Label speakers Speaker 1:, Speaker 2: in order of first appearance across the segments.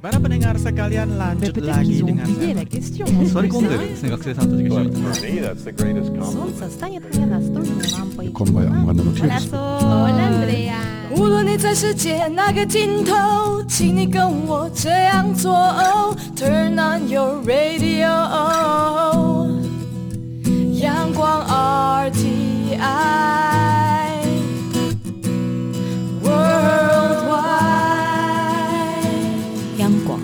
Speaker 1: Para pendengar sekalian,
Speaker 2: Mais
Speaker 1: lanjut
Speaker 2: peut-être
Speaker 1: lagi
Speaker 2: qu'ils ont
Speaker 1: dengan
Speaker 2: oublié la question. en
Speaker 3: Sorry
Speaker 2: plus, hein.
Speaker 3: konderit, sen kaksi santoisin kysymystä.
Speaker 4: For me, that's the greatest compliment.
Speaker 5: Солнце станет мне настольной лампой.
Speaker 6: Willkommen bei Anbrennender Notiz.
Speaker 5: Hola, Andrea.
Speaker 7: 无论你在世界哪个尽头，请你跟我这样做。哦 Turn on your radio。阳光 RTI。Worldwide。
Speaker 8: 央广，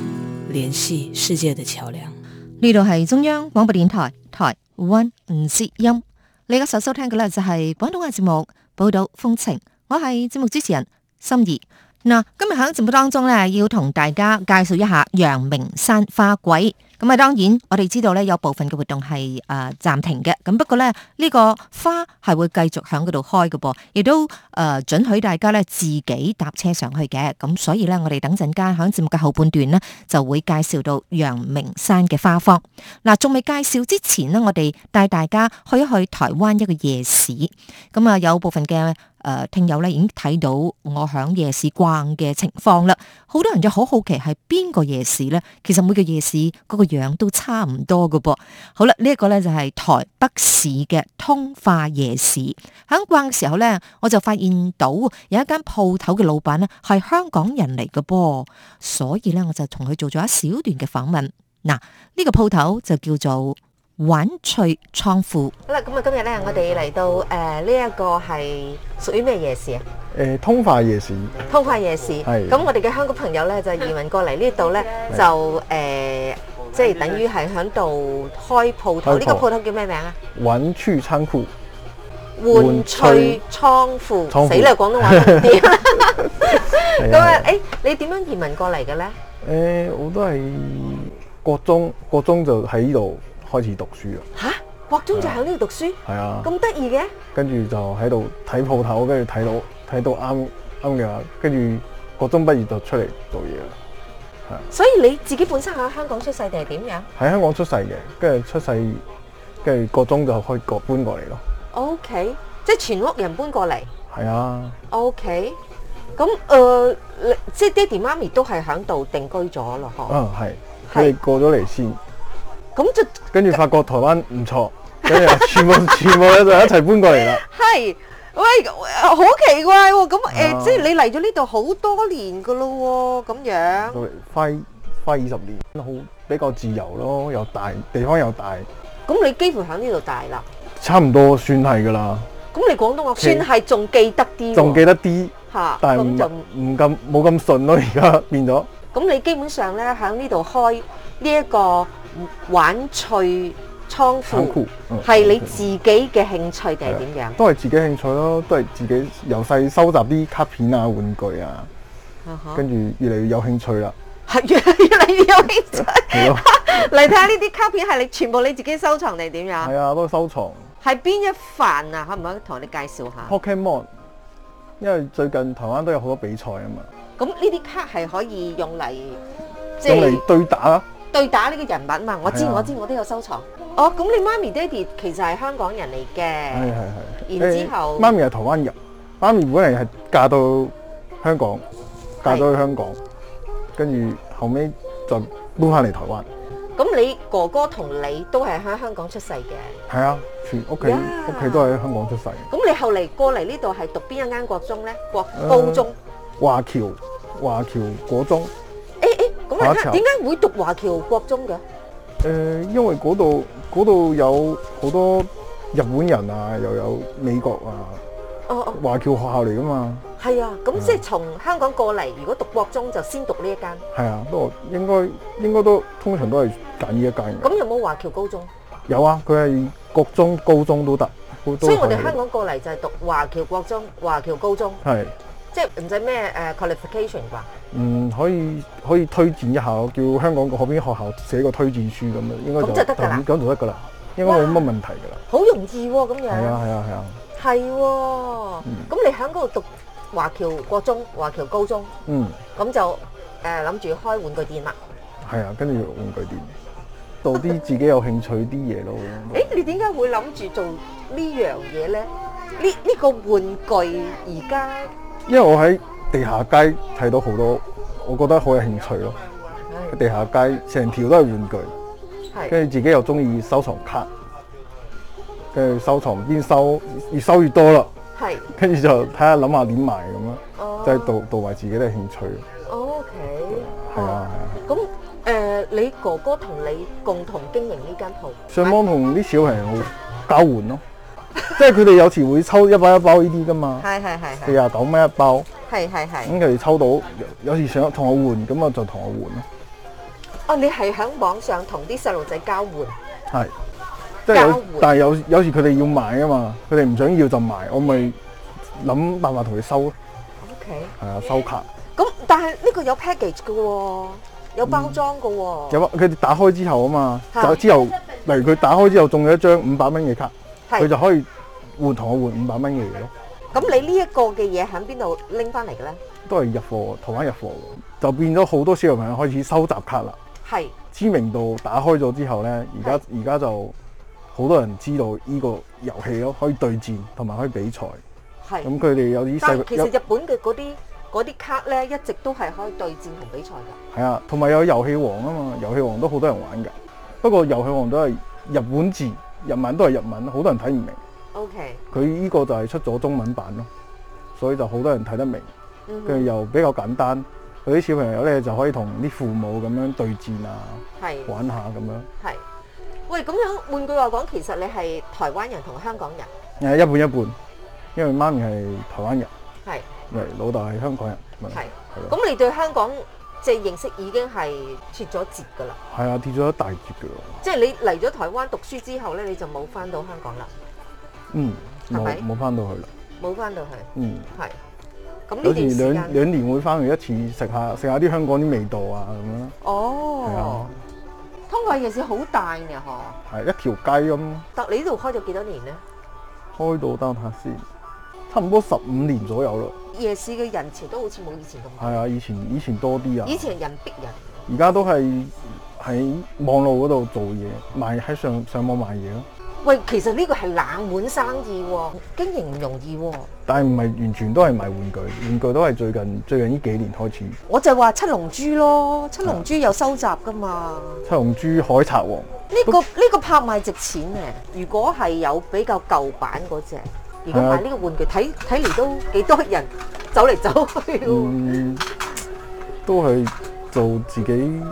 Speaker 8: 联系世界的桥梁。
Speaker 9: 呢度係中央廣播電台台灣吳之音，你而家所收聽嘅呢，就係廣東話節目《報道風情》，我係節目主持人心儀。嗱，今日喺節目當中呢，要同大家介紹一下陽明山花季。咁啊，當然我哋知道呢，有部分嘅活動係誒暫停嘅，咁不過呢，呢、個花係會繼續喺嗰度開嘅噃，亦都誒、呃、准許大家呢自己搭車上去嘅。咁所以呢，我哋等陣間喺節目嘅後半段呢，就會介紹到陽明山嘅花況。嗱，呃仲未介紹之前呢，我哋帶大家去一去台灣一個夜市。咁啊，有部分嘅誒聽友咧已經睇到我響夜市逛嘅情況啦。好多人就好好奇係邊個夜市呢？其實每個夜市嗰個樣都差唔多嘅噃。好啦，呢、一個呢就係台北市嘅通化夜市。喺逛嘅時候呢，我就發現到有一間鋪頭嘅老闆呢係香港人嚟嘅噃，所以呢，我就同佢做咗一小段嘅訪問。嗱，呢個鋪頭就叫做玩趣倉庫。好啦，咁啊，今日咧，我哋嚟到呃誒呢一個係屬於咩夜市啊？
Speaker 10: 誒呃通化夜市
Speaker 9: 通化夜市。
Speaker 10: 係
Speaker 9: 咁我哋嘅香港朋友咧就移民過嚟呢度咧，就誒、即係等於係喺度開鋪頭。
Speaker 10: 開鋪
Speaker 9: 呢個鋪頭叫咩名啊？
Speaker 10: 玩趣倉庫，
Speaker 9: 換趣倉庫。
Speaker 10: 倉庫
Speaker 9: 死啦！廣東話都唔 掂。
Speaker 10: 係
Speaker 9: 咁啊
Speaker 10: 啊，
Speaker 9: 誒，你點樣移民過嚟嘅咧？
Speaker 10: 誒呃我都係國中，國中就喺呢度開始讀書啦，
Speaker 9: 吓？國中就喺呢度讀書，
Speaker 10: 係啊，
Speaker 9: 咁得意嘅？
Speaker 10: 跟住就喺度睇鋪頭，跟住睇到睇到啱啱嘅話，跟住國中畢業就出嚟做嘢啦。
Speaker 9: 所以你自己本身喺香港出世定係點樣？
Speaker 10: 喺香港出世嘅，跟住出世，跟住國中就開國搬過嚟咯。
Speaker 9: O、k 即係全屋人搬過嚟。
Speaker 10: 係啊，
Speaker 9: O K，咁誒，你即係爹哋媽咪都係喺度定居咗咯，嗬、
Speaker 10: 啊係，佢哋過咗嚟先，
Speaker 9: 咁就
Speaker 10: 跟住發覺台灣唔錯，跟住全部 全部就一齊搬過嚟啦。
Speaker 9: 係，喂，好奇怪喎、咁誒、
Speaker 10: 啊
Speaker 9: 即係你嚟咗呢度好多年噶咯喎，咁樣。
Speaker 10: 到嚟快快二十年，好比較自由咯，又大地方又大，
Speaker 9: 咁你幾乎喺呢度大啦。
Speaker 10: 差唔多算係噶啦，
Speaker 9: 咁你廣東話
Speaker 10: 其
Speaker 9: 算係仲記得啲喎，
Speaker 10: 仲記得啲，
Speaker 9: 嚇。
Speaker 10: 但係
Speaker 9: 咁就
Speaker 10: 唔唔咁冇咁順咯，而家變咗
Speaker 9: 咁你基本上咧喺呢度開呢一個玩趣倉
Speaker 10: 慘
Speaker 9: 庫
Speaker 10: 酷，，嗯
Speaker 9: 係你自己嘅興趣定係點樣？
Speaker 10: 都係自己興趣咯，都係自己由細收集啲卡片啊、玩具啊，
Speaker 9: 啊哈
Speaker 10: 跟住越嚟越有興趣啦，
Speaker 9: 係越 嚟越嚟越有興趣。
Speaker 10: 係 咯，
Speaker 9: 嚟睇下呢啲卡片係你全部你自己收藏定點樣？
Speaker 10: 係啊，都收藏
Speaker 9: 係邊一範啊？可唔可以同你介紹下？
Speaker 10: Pokemon，因為最近台灣都有好多比賽啊嘛，
Speaker 9: 咁呢啲卡係可以用嚟即
Speaker 10: 用
Speaker 9: 係
Speaker 10: 嚟對打啦，
Speaker 9: 對打呢個人物嘛？我知
Speaker 10: 係啊
Speaker 9: 我知，我都有收藏。哦，咁你媽咪爹哋其實係香港人嚟
Speaker 10: 係
Speaker 9: 嘅，
Speaker 10: 係係。
Speaker 9: 然之後
Speaker 10: 誒媽咪係台灣人，媽咪本嚟係嫁到香港，嫁咗去香港，跟住後尾就搬翻嚟台灣。
Speaker 9: 咁你哥哥同你都係喺香港出世嘅。
Speaker 10: 係啊，全屋企
Speaker 9: 呀
Speaker 10: 屋企都喺香港出世。
Speaker 9: 咁你後嚟過嚟呢度係讀邊一間國中呢？國
Speaker 10: 誒
Speaker 9: 高中。
Speaker 10: 華僑華僑果中，
Speaker 9: 誒誒，咁啊
Speaker 10: 華僑
Speaker 9: 點解會讀華僑國中嘅？
Speaker 10: 誒、因為嗰度嗰度有好多日本人啊，又有美國啊，
Speaker 9: 哦哦，
Speaker 10: 華僑學校嚟噶嘛。
Speaker 9: 係啊，咁即係從香港過嚟，如果讀國中就先讀呢一間。
Speaker 10: 係啊，都應該應該都通常都係揀呢一間嘅。
Speaker 9: 咁有冇華僑高中？
Speaker 10: 有啊，佢係國中、高中都得，都都
Speaker 9: 所以我哋
Speaker 10: 可
Speaker 9: 香港過嚟就係讀華僑國中、華僑高中，
Speaker 10: 係。
Speaker 9: 即係唔使咩誒 qualification 啩？
Speaker 10: 嗯，可以可以推薦一下，叫香港嗰邊學校寫個推薦書咁樣，應該
Speaker 9: 咁就得㗎啦
Speaker 10: 咁就得㗎啦，應該冇乜問題㗎啦。
Speaker 9: 好容易喎咁
Speaker 10: 係
Speaker 9: 樣。
Speaker 10: 啊係嗯啊係啊，
Speaker 9: 係喎，咁你喺嗰度讀華僑國中、華僑高中，
Speaker 10: 嗯
Speaker 9: 咁就誒諗住開玩具店啦。
Speaker 10: 係啊，跟住玩具店，做啲自己有興趣啲嘢咯。
Speaker 9: 誒，你點解會諗住做呢樣嘢呢？呢呢個玩具而家
Speaker 10: 因為我喺地下街睇到好多，我覺得好有興趣咯，地下街成條都係玩具，跟住自己又中意收藏卡，跟住收藏邊收越收越多啦，
Speaker 9: 係
Speaker 10: 跟住就睇下諗下點埋咁
Speaker 9: 哦
Speaker 10: 樣，即係度度埋自己嘅興趣。
Speaker 9: O K，
Speaker 10: 係啊，
Speaker 9: 哦咁誒，你哥哥同你共同經營呢間鋪，
Speaker 10: 上網同啲小朋友交換咯，即係佢哋有時會抽一包一包呢啲噶嘛，
Speaker 9: 係係係
Speaker 10: 四廿九蚊一包。
Speaker 9: 係係係。
Speaker 10: 咁佢哋抽到有有時想同我換，咁我就同我換咯。
Speaker 9: 哦，你係喺網上同啲細路仔交換，
Speaker 10: 係，即係
Speaker 9: 交
Speaker 10: 有
Speaker 9: 換，
Speaker 10: 但係有有時佢哋要買啊嘛，佢哋唔想要就賣，我咪諗辦法同佢收咯，
Speaker 9: OK。
Speaker 10: 係啊，收卡。
Speaker 9: 咁但係呢個有 package 嘅喎，有包裝嘅喎，
Speaker 10: 有啊佢哋打開之後啊嘛，
Speaker 9: 嚇
Speaker 10: 就之後，例如佢打開之後中咗一張五百蚊嘅卡，
Speaker 9: 係
Speaker 10: 佢就可以換同我換五百蚊嘅嘢咯，
Speaker 9: 咁你呢一個嘅嘢喺邊度拎翻嚟嘅咧？
Speaker 10: 都係入貨，台灣入貨喎，就變咗好多小朋友開始收集卡啦。
Speaker 9: 係
Speaker 10: 知名度打開咗之後呢，而家而家就好多人知道呢個遊戲咯，可以對戰同埋可以比賽。
Speaker 9: 係。
Speaker 10: 咁佢哋有啲
Speaker 9: 但
Speaker 10: 細
Speaker 9: 係其
Speaker 10: 有
Speaker 9: 實日本嘅嗰啲嗰啲卡咧，一直都係可以對戰同比賽㗎。
Speaker 10: 係啊，同埋有遊戲王啊嘛，遊戲王都好多人玩㗎。不過遊戲王都係日本字，日文都係日文，好多人睇唔明。
Speaker 9: OK，
Speaker 10: 佢呢個就係出咗中文版咯，所以就好多人睇得明，
Speaker 9: 嗯
Speaker 10: 跟
Speaker 9: 哼，
Speaker 10: 住又比較簡單。佢啲小朋友呢，就可以同啲父母咁樣對戰啊，
Speaker 9: 係
Speaker 10: 玩下咁樣。
Speaker 9: 係。喂，咁樣換句話講，其實你係台灣人同香港人，
Speaker 10: 誒一半一半，因為媽咪係台灣人。
Speaker 9: 係。
Speaker 10: 咪老豆係香港人，咪
Speaker 9: 係
Speaker 10: 係咯，
Speaker 9: 咁你對香港即係認識已經係脱咗節㗎啦。
Speaker 10: 係啊，跌咗一大截嘅喎，
Speaker 9: 即係你嚟咗台灣讀書之後咧，你就冇翻到香港啦，
Speaker 10: 嗯，
Speaker 9: 係咪
Speaker 10: 冇冇翻到去啦，
Speaker 9: 冇翻到去，
Speaker 10: 嗯，
Speaker 9: 係。咁呢
Speaker 10: 有
Speaker 9: 段
Speaker 10: 時
Speaker 9: 時
Speaker 10: 兩
Speaker 9: 間，
Speaker 10: 兩年會翻去一次，食下食下啲香港啲味道啊咁樣咯，係
Speaker 9: 哦
Speaker 10: 啊，
Speaker 9: 通過夜市好大嘅嗬。
Speaker 10: 係一條街咁
Speaker 9: 但你呢度開咗幾多年呢？
Speaker 10: 開到丹下先，差唔多十五年左右咯，
Speaker 9: 夜市嘅人潮都好似冇以前咁多，
Speaker 10: 係啊，以前以前多啲啊，
Speaker 9: 以前人逼人。
Speaker 10: 而家都係喺網路嗰度做嘢，賣喺上上網賣嘢咯，
Speaker 9: 喂，其實呢個係冷門生意喎、經營唔容易喎、
Speaker 10: 但係唔係完全都係賣玩具，玩具都係最近最近呢幾年開始，
Speaker 9: 我就話七龍珠咯，七龍珠有收集噶嘛。
Speaker 10: 七龍珠、海賊王。
Speaker 9: 呢、個呢、個拍賣值錢嘅，如果係有比較舊版嗰只，如果
Speaker 10: 係啊
Speaker 9: 買呢個玩具，睇睇嚟都幾多人走嚟走去喎。
Speaker 10: 嗯，都係做自己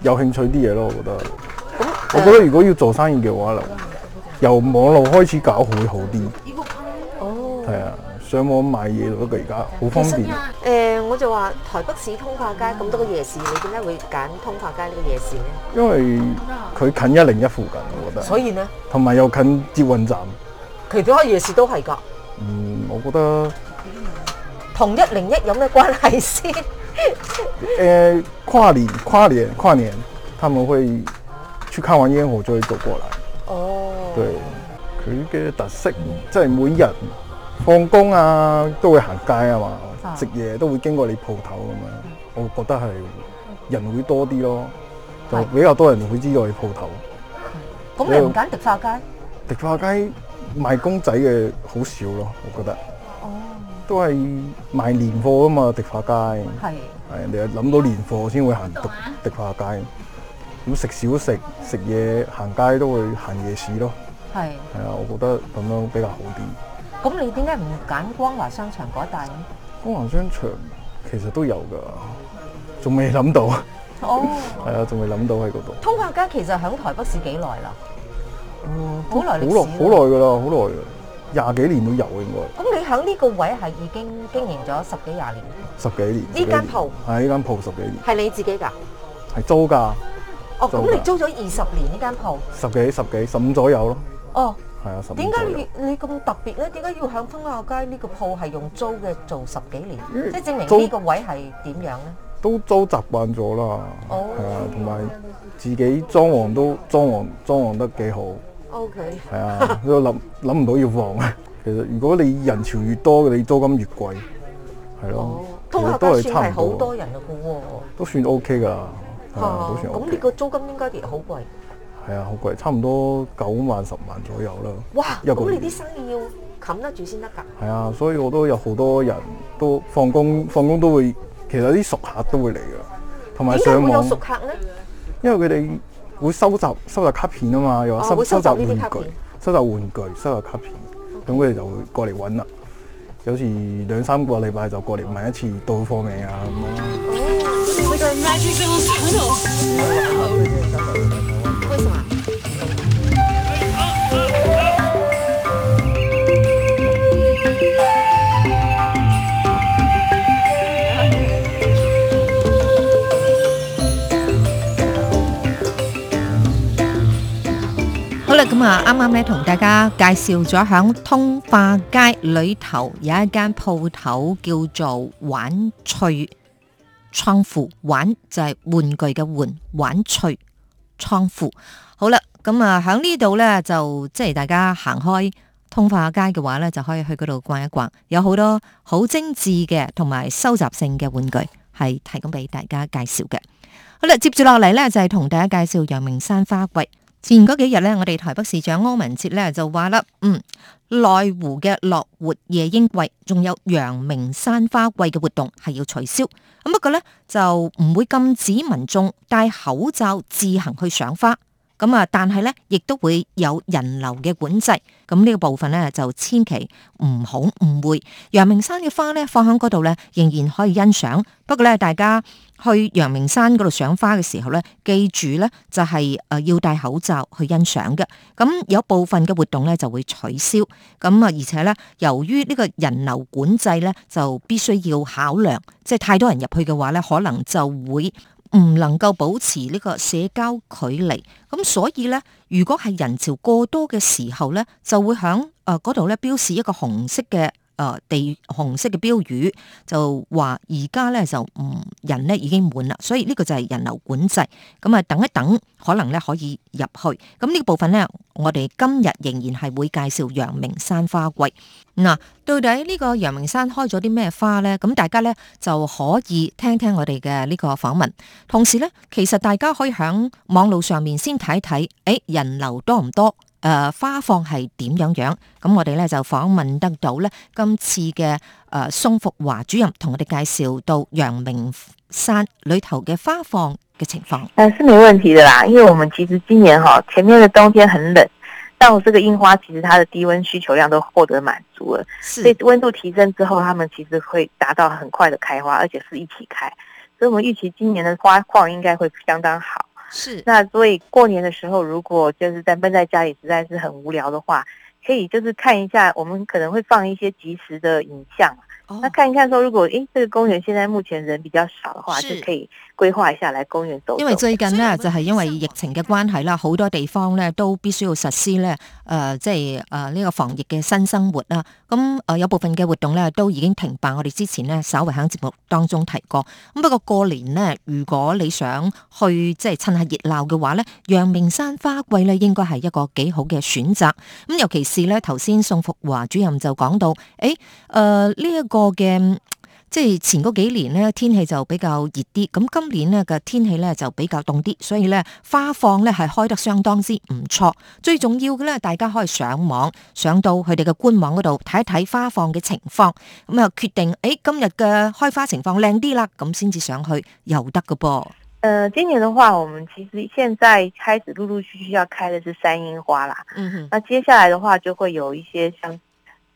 Speaker 10: 有興趣啲嘢咯，我覺得。我覺得如果要做生意嘅話，
Speaker 9: 嗯
Speaker 10: 由網絡開始搞會好啲。
Speaker 9: 哦，
Speaker 10: 係啊，上網買嘢咯，而家好方便。
Speaker 9: 誒、我就話台北市通化街咁多個夜市，你點解會揀通化街呢個夜市呢？
Speaker 10: 因為佢近一零一附近，我覺得，
Speaker 9: 以呢，
Speaker 10: 同埋又近捷運站。
Speaker 9: 其他夜市都係㗎，
Speaker 10: 嗯，我覺得
Speaker 9: 同一零一有咩關係先？
Speaker 10: 誒、呃跨年跨年跨年，他們會去看完煙火就會走過來。
Speaker 9: 哦，
Speaker 10: 對佢嘅特色，即係每日放工啊都會行街啊嘛，食嘢都會經過你鋪頭咁樣，我覺得係人會多啲咯，就比較多人會知道你鋪頭。
Speaker 9: 咁你唔揀迪化街？
Speaker 10: 迪化街賣公仔嘅好少咯，我覺得。都係賣年貨啊嘛，迪化街係
Speaker 9: 係。
Speaker 10: 人哋諗到年貨先會行迪
Speaker 9: 啊
Speaker 10: 迪化街。咁食小食、食嘢、行街都會行夜市咯。
Speaker 9: 係，
Speaker 10: 係啊，我覺得咁樣比較好啲。
Speaker 9: 咁你點解唔揀光華商場嗰一帶呢？
Speaker 10: 光華商場其實都有㗎，仲未諗到，
Speaker 9: 哦，
Speaker 10: 係啊，仲未諗到喺嗰度。
Speaker 9: 通化街其實喺台北市幾耐啦？好
Speaker 10: 好
Speaker 9: 耐歷
Speaker 10: 耐
Speaker 9: 史
Speaker 10: 好耐㗎啦，好耐㗎，廿幾年都有應該，
Speaker 9: 咁你喺呢個位係已經經營咗十幾廿年，
Speaker 10: 十幾年。
Speaker 9: 呢間鋪
Speaker 10: 係呢間鋪十幾年，
Speaker 9: 係你自己㗎？
Speaker 10: 係租㗎，
Speaker 9: 哦，
Speaker 10: 就
Speaker 9: 咁你
Speaker 10: 㗎
Speaker 9: 租咗二十年呢間鋪，
Speaker 10: 十幾十幾十五左右咯，
Speaker 9: 哦，
Speaker 10: 係啊，十五
Speaker 9: 點解
Speaker 10: 左右。
Speaker 9: 你你咁特別咧？點解要喺通化街呢個鋪係用租嘅做十幾年？
Speaker 10: 因為
Speaker 9: 即係證明
Speaker 10: 嗯租
Speaker 9: 呢個位係點樣咧？
Speaker 10: 都租習慣咗啦，係
Speaker 9: 哦
Speaker 10: 啊，同埋自己裝潢都裝潢裝潢得幾好，
Speaker 9: O K，
Speaker 10: 係 啊，都諗諗唔到要放啊。其實如果你人潮越多，你租金越貴，係咯
Speaker 9: 哦，，
Speaker 10: 其
Speaker 9: 通
Speaker 10: 實
Speaker 9: 化
Speaker 10: 都
Speaker 9: 街
Speaker 10: 係差
Speaker 9: 算
Speaker 10: 唔
Speaker 9: 係好
Speaker 10: 多。
Speaker 9: 多人嘅喎，
Speaker 10: 都算 OK 㗎啦，係啊，都
Speaker 9: 嚇
Speaker 10: 算
Speaker 9: 咁呢
Speaker 10: OK。
Speaker 9: 個租金應該亦好貴。
Speaker 10: 係啊，好貴，差唔多九萬十萬左右啦。
Speaker 9: 哇！
Speaker 10: 一個
Speaker 9: 咁
Speaker 10: 月
Speaker 9: 你啲生意要冚得住先得㗎。
Speaker 10: 係啊，所以我都有好多人都放工，放工都會，其實啲熟客都會嚟㗎，同埋
Speaker 11: 點解
Speaker 10: 上
Speaker 11: 會有
Speaker 10: 網，
Speaker 11: 熟客咧？
Speaker 10: 因為佢哋會收集收集卡片啊嘛，又話
Speaker 11: 哦
Speaker 10: 收、
Speaker 11: 會收集
Speaker 10: 集
Speaker 11: 呢啲
Speaker 10: 玩
Speaker 11: 卡
Speaker 10: 具
Speaker 11: 片、
Speaker 10: 收集玩具、收集卡片，咁佢哋就會過嚟揾啦。有時兩三個禮拜就過嚟問一次到貨未啊咁樣。
Speaker 11: 為什麼？
Speaker 12: 好啦，咁啊，啱啱咧同大家介紹咗響通化街裏頭有一間鋪頭叫做玩趣倉庫，玩就係玩具嘅玩，玩趣倉庫。好啦，咁啊響呢度咧就即係大家行開通化街嘅話咧，就可以去嗰度逛一逛，有好多好精緻嘅同埋收集性嘅玩具係提供俾大家介紹嘅。好啦，接住落嚟咧就係同大家介紹陽明山花卉。前嗰幾日咧，我哋台北市長柯文哲咧就話啦，嗯，內湖嘅樂活夜櫻季，仲有陽明山花季嘅活動係要取消。咁不過咧就唔會禁止民眾戴口罩自行去賞花。咁啊，但係咧亦都會有人流嘅管制。咁呢個部分咧就千祈唔好誤會。陽明山嘅花咧放喺嗰度咧仍然可以欣賞，不過咧大家。去陽明山嗰度賞花嘅時候咧，記住咧就係誒要戴口罩去欣賞嘅。咁有部分嘅活動咧就會取消。咁啊，而且咧，由於呢個人流管制咧，就必須要考量，即係太多人入去嘅話咧，可能就會唔能夠保持呢個社交距離。咁所以咧，如果係人潮過多嘅時候咧，就會響誒嗰度咧標示一個紅色嘅。誒、地紅色嘅標語就話而家咧就唔人咧已經滿啦，所以呢個就係人流管制。咁啊，等一等，可能咧可以入去。咁呢個部分咧，我哋今日仍然係會介紹陽明山花季。嗱，到底呢個陽明山開咗啲咩花咧？咁大家咧就可以聽聽我哋嘅呢個訪問。同時咧，其實大家可以喺網路上面先睇睇，誒人流多唔多？誒、花況係點樣樣？咁我哋咧就訪問得到咧今次嘅誒、呃宋福華主任同我哋介紹到陽明山裏頭嘅花況嘅情況。
Speaker 9: 呃，是没问题的啦，因为我们其实今年哈、前面的冬天很冷，到这个樱花其实它的低温需求量都获得满足了，所以
Speaker 12: 是
Speaker 9: 温度提升之后，它们其实会达到很快的开花，而且是一起开，所以我们预期今年的花况应该会相当好。
Speaker 12: 是，
Speaker 9: 那所以过年的时候，如果就是在闷在家里实在是很无聊的话，可以就是看一下，我们可能会放一些即时的影像。
Speaker 12: 哦
Speaker 9: 那看一看说，如果诶这个公园现在目前人比较少的话，
Speaker 12: 是
Speaker 9: 就可以规划一下来公园走走。
Speaker 12: 因為最近呢，就係因為疫情嘅關係啦，好多地方咧都必須要實施咧，誒、即係誒呢個防疫嘅新生活啦。咁誒、呃有部分嘅活動咧都已經停辦，我哋之前咧稍微喺節目當中提過。咁不過過年呢，如果你想去即係趁下熱鬧嘅話咧，陽明山花季咧應該係一個幾好嘅選擇。咁尤其是咧，頭先宋福華主任就講到，誒誒呢一個嘅。嗯即係前嗰幾年咧，天氣就比較熱啲，咁今年咧嘅天氣咧就比較凍啲，所以咧花況咧係開得相當之唔錯。最重要嘅咧，大家可以上網上到佢哋嘅官網嗰度睇一睇花況嘅情況，咁啊決定誒、欸今日嘅開花情況靚啲啦，咁先至上去又得嘅噃。
Speaker 9: 呃，今年的话，我们其实现在开始陆陆续续要开的是山樱花啦。
Speaker 12: 嗯哼，
Speaker 9: 那接下来的话，就会有一些像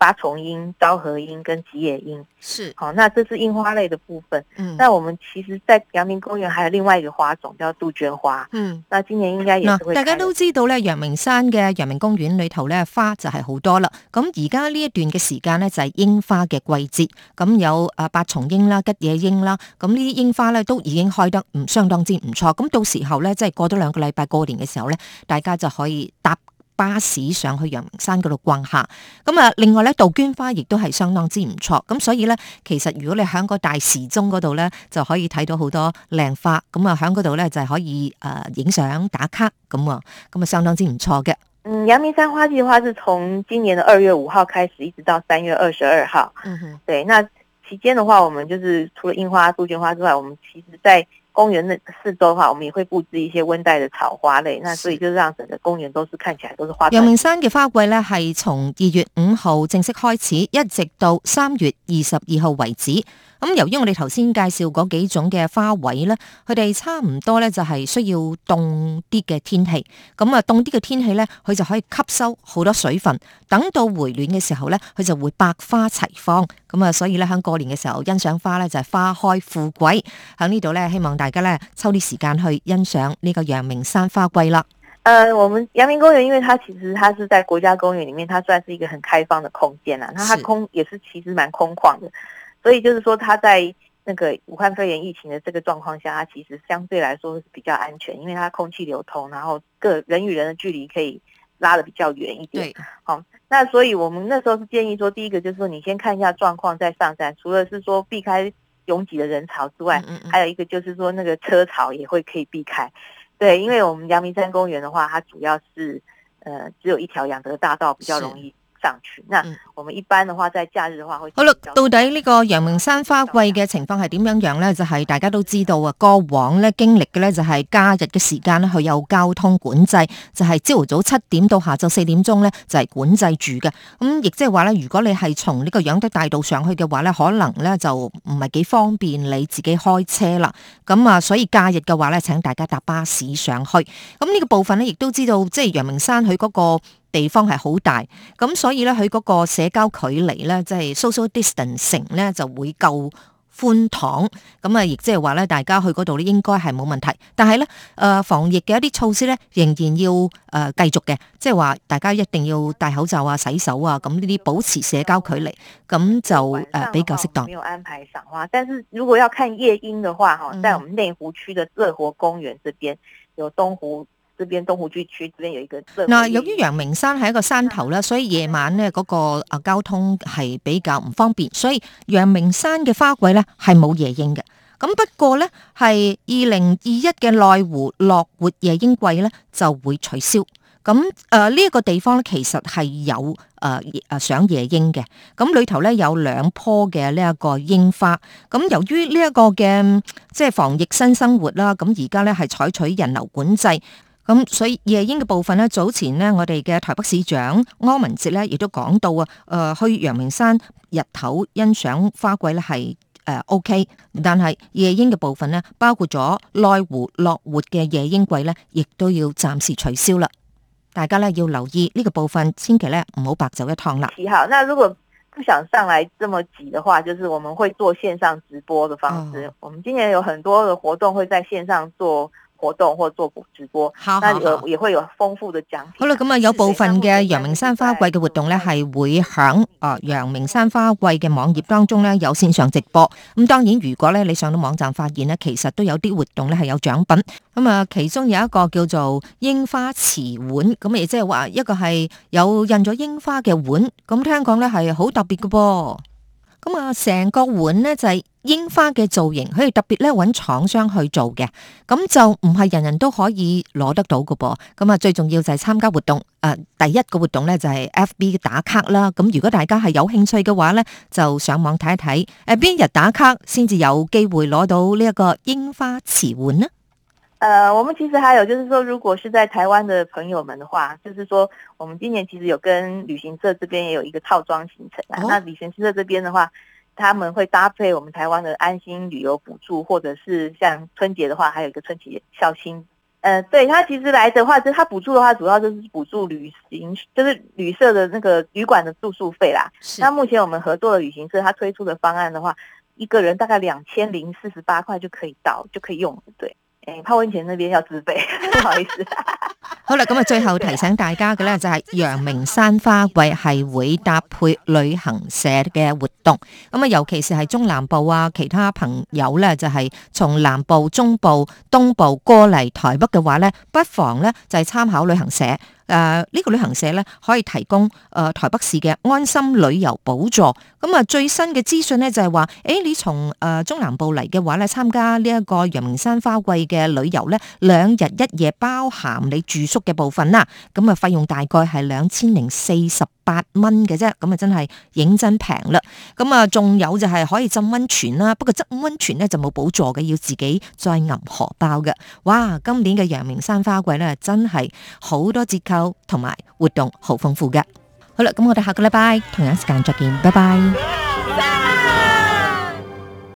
Speaker 9: 八重樱、昭和樱跟吉野樱。
Speaker 12: 是，
Speaker 9: 好，那这是樱花类的部分。
Speaker 12: 嗯
Speaker 9: 那我们其实，在阳明公园还有另外一个花种叫杜鹃花，
Speaker 12: 嗯。
Speaker 9: 那今年应该也是
Speaker 12: 嗱，
Speaker 9: 会
Speaker 12: 大家
Speaker 9: 开的
Speaker 12: 都知道咧，陽明山嘅陽明公園裏頭咧花就係好多啦。咁而家呢一段嘅時間咧就係櫻花嘅季節，咁有啊八重櫻啦、吉野櫻啦，咁呢啲櫻花咧都已經開得唔相當之唔錯。咁到時候咧，即係過多兩個禮拜過年嘅時候咧，大家就可以搭。巴士上去陽明山嗰度逛下，咁啊，另外咧杜鹃花亦都係相當之唔錯，咁所以咧，其實如果你喺個大時鐘嗰度咧，就可以睇到好多靚花，咁啊喺嗰度咧就係可以誒影相打卡咁啊，咁啊相當之唔錯嘅，
Speaker 9: 嗯，阳明山花季的话是从今年的二月五号开始，一直到三月二十二号。
Speaker 12: 嗯哼，
Speaker 9: 对，那期间的话，我们就是除了樱花、杜鹃花之外，我们其实在
Speaker 13: 公园的四周的话，我们也会布置一些温带的草花类，那所以就让整个公园都是看起来都是花
Speaker 12: 阳
Speaker 13: 团
Speaker 12: 明山嘅花季咧，係從二月五號正式開始，一直到三月二十二號為止。咁由於我哋頭先介紹嗰幾種嘅花卉咧，佢哋差唔多咧就係需要凍啲嘅天氣。咁啊，凍啲嘅天氣咧，佢就可以吸收好多水分。等到回暖嘅時候咧，佢就會百花齊放。咁啊，所以咧喺過年嘅時候欣賞花咧就係花開富貴。喺呢度咧，希望大家咧抽啲時間去欣賞呢個陽明山花季啦。
Speaker 13: 呃，我们阳明公园，因为它其实它是在国家公园里面，它算是一个很开放的空间啦。那它
Speaker 12: 是
Speaker 13: 空也是其实蛮空旷的，所以就是说它在那个武汉肺炎疫情的这个状况下，它其实相对来说是比较安全，因为它空气流通，然后个人与人的距离可以拉得比较远一点。
Speaker 12: 對
Speaker 13: 那所以我们那时候是建议说，第一个就是说你先看一下状况再上山，除了是说避开拥挤的人潮之外，
Speaker 12: 嗯嗯嗯
Speaker 13: 还有一个就是说那个车潮也会可以避开。对，因为我们阳明山公园的话，它主要是呃只有一条养德大道比较
Speaker 12: 是
Speaker 13: 容易上去。那
Speaker 12: 嗯
Speaker 13: 我们一般的话在假日的话会
Speaker 12: 好啦
Speaker 13: 比较，
Speaker 12: 到底呢個陽明山花季嘅情況係點樣樣呢？就係、大家都知道啊，過往咧經歷嘅咧就係假日嘅時間咧，佢有交通管制，就係朝頭早七點到下晝四點鐘咧就係、管制住嘅。咁亦即係話咧，如果你係從呢個養德大道上去嘅話咧，可能咧就唔係幾方便你自己開車啦。咁啊，所以假日嘅話咧，請大家搭巴士上去。咁呢個部分咧，亦都知道即係陽明山佢嗰個地方係好大，咁所以咧佢嗰個社交距離咧，即係 social distancing 咧就會夠。寬敞咁啊，亦即係話咧，大家去嗰度咧應該係冇問題。但係咧，誒、防疫嘅一啲措施咧，仍然要誒、呃、繼續嘅，即係話大家一定要戴口罩啊、洗手啊，咁呢啲保持社交距離，咁就誒、
Speaker 13: 晚上的话
Speaker 12: 比較適
Speaker 13: 我们
Speaker 12: 當
Speaker 13: 没。有安排赏花，但是如果要看夜莺的话，哈、
Speaker 12: 嗯
Speaker 13: 在我们内湖区的乐活公园这边有东湖这边东湖区区这边有一个乐活
Speaker 12: 嗱，
Speaker 13: 夜
Speaker 12: 由於陽明山係一個山頭啦，所以夜晚咧嗰個啊交通係比較唔方便，所以陽明山嘅花季咧係冇夜莺嘅。咁不過咧，係二零二一嘅內湖樂活夜莺季咧就會取消。咁呃誒呢一個地方咧，其實係有誒誒、呃、賞夜莺嘅。咁裏頭咧有兩棵嘅呢一個櫻花。咁由於呢一個嘅嗯即係防疫新生活啦，咁而家咧係採取人流管制。咁所以夜莺嘅部分咧，早前咧我哋嘅台北市長柯文哲咧，亦都講到啊，誒、去陽明山日頭欣賞花季咧係誒 O K，但係夜莺嘅部分咧，包括咗內湖樂活嘅夜莺季咧，亦都要暫時取消啦。大家咧要留意呢個部分，千祈咧唔好白走一趟啦。
Speaker 13: 七号。那如果不想上来这么挤的话，就是我们会做线上直播的方式。
Speaker 12: 哦
Speaker 13: 我们今年有很多的活动会在线上做活动或做直播，
Speaker 12: 好
Speaker 13: 那
Speaker 12: 哦好好
Speaker 13: 有。也会有丰富的奖品。
Speaker 12: 好啦，咁啊有部分嘅陽明山花季嘅活動咧，
Speaker 13: 嗯
Speaker 12: 係會響啊陽明山花季嘅網頁當中咧有線上直播。咁當然，如果咧你上到網站發現咧，其實都有啲活動咧係有獎品。咁啊，其中有一個叫做櫻花瓷碗，咁啊亦即係話一個係有印咗櫻花嘅碗。咁聽講咧係好特別嘅噃。咁啊，成個碗咧就係、櫻花嘅造型，佢哋特別咧揾廠商去做嘅，咁就唔係人人都可以攞得到嘅噃。咁啊，最重要就係參加活動。誒、第一個活動咧就係 FB 打卡啦。咁如果大家係有興趣嘅話咧，就上網睇一睇誒邊日打卡先至有機會攞到呢一個櫻花瓷碗呢？
Speaker 13: 呃，我们其实还有就是说，如果是在台湾的朋友们的话，就是说我们今年其实有跟旅行社这边也有一个套装行程啊。
Speaker 12: 哦
Speaker 13: 那旅行社这边的话，他们会搭配我们台湾的安心旅游补助，或者是像春节的话，还有一个春节孝心。呃，对他其实来的话，就是他补助的话，主要就是补助旅行，就是旅社的那个旅馆的住宿费啦。
Speaker 12: 是
Speaker 13: 那目前我们合作的旅行社，它推出的方案的话，一个人大概两千零四十八块就可以到，就可以用了。对，哎，泡温泉那边要自费， 不好意思。
Speaker 12: 好啦，咁啊，最後提醒大家嘅咧就係陽明山花季係會搭配旅行社嘅活動，咁啊，尤其是係中南部啊，其他朋友咧就係從南部、中部、東部過嚟台北嘅話咧，不妨咧就係參考旅行社。誒呢個旅行社咧可以提供誒、呃台北市嘅安心旅遊補助。咁啊最新嘅資訊咧就係話，誒你從誒、呃中南部嚟嘅話咧，參加呢一個陽明山花卉嘅旅遊咧，兩日一夜包含你住宿嘅部分啦。咁啊費用大概係兩千零四十八蚊嘅啫，咁啊真係認真平啦。咁啊仲有就係可以浸温泉啦，不過浸温泉咧就冇補助嘅，要自己再揞荷包嘅。哇！今年嘅陽明山花季咧，真係好多折扣同埋活動，好豐富嘅。好啦，咁我哋下個禮拜同樣時間再見，拜拜。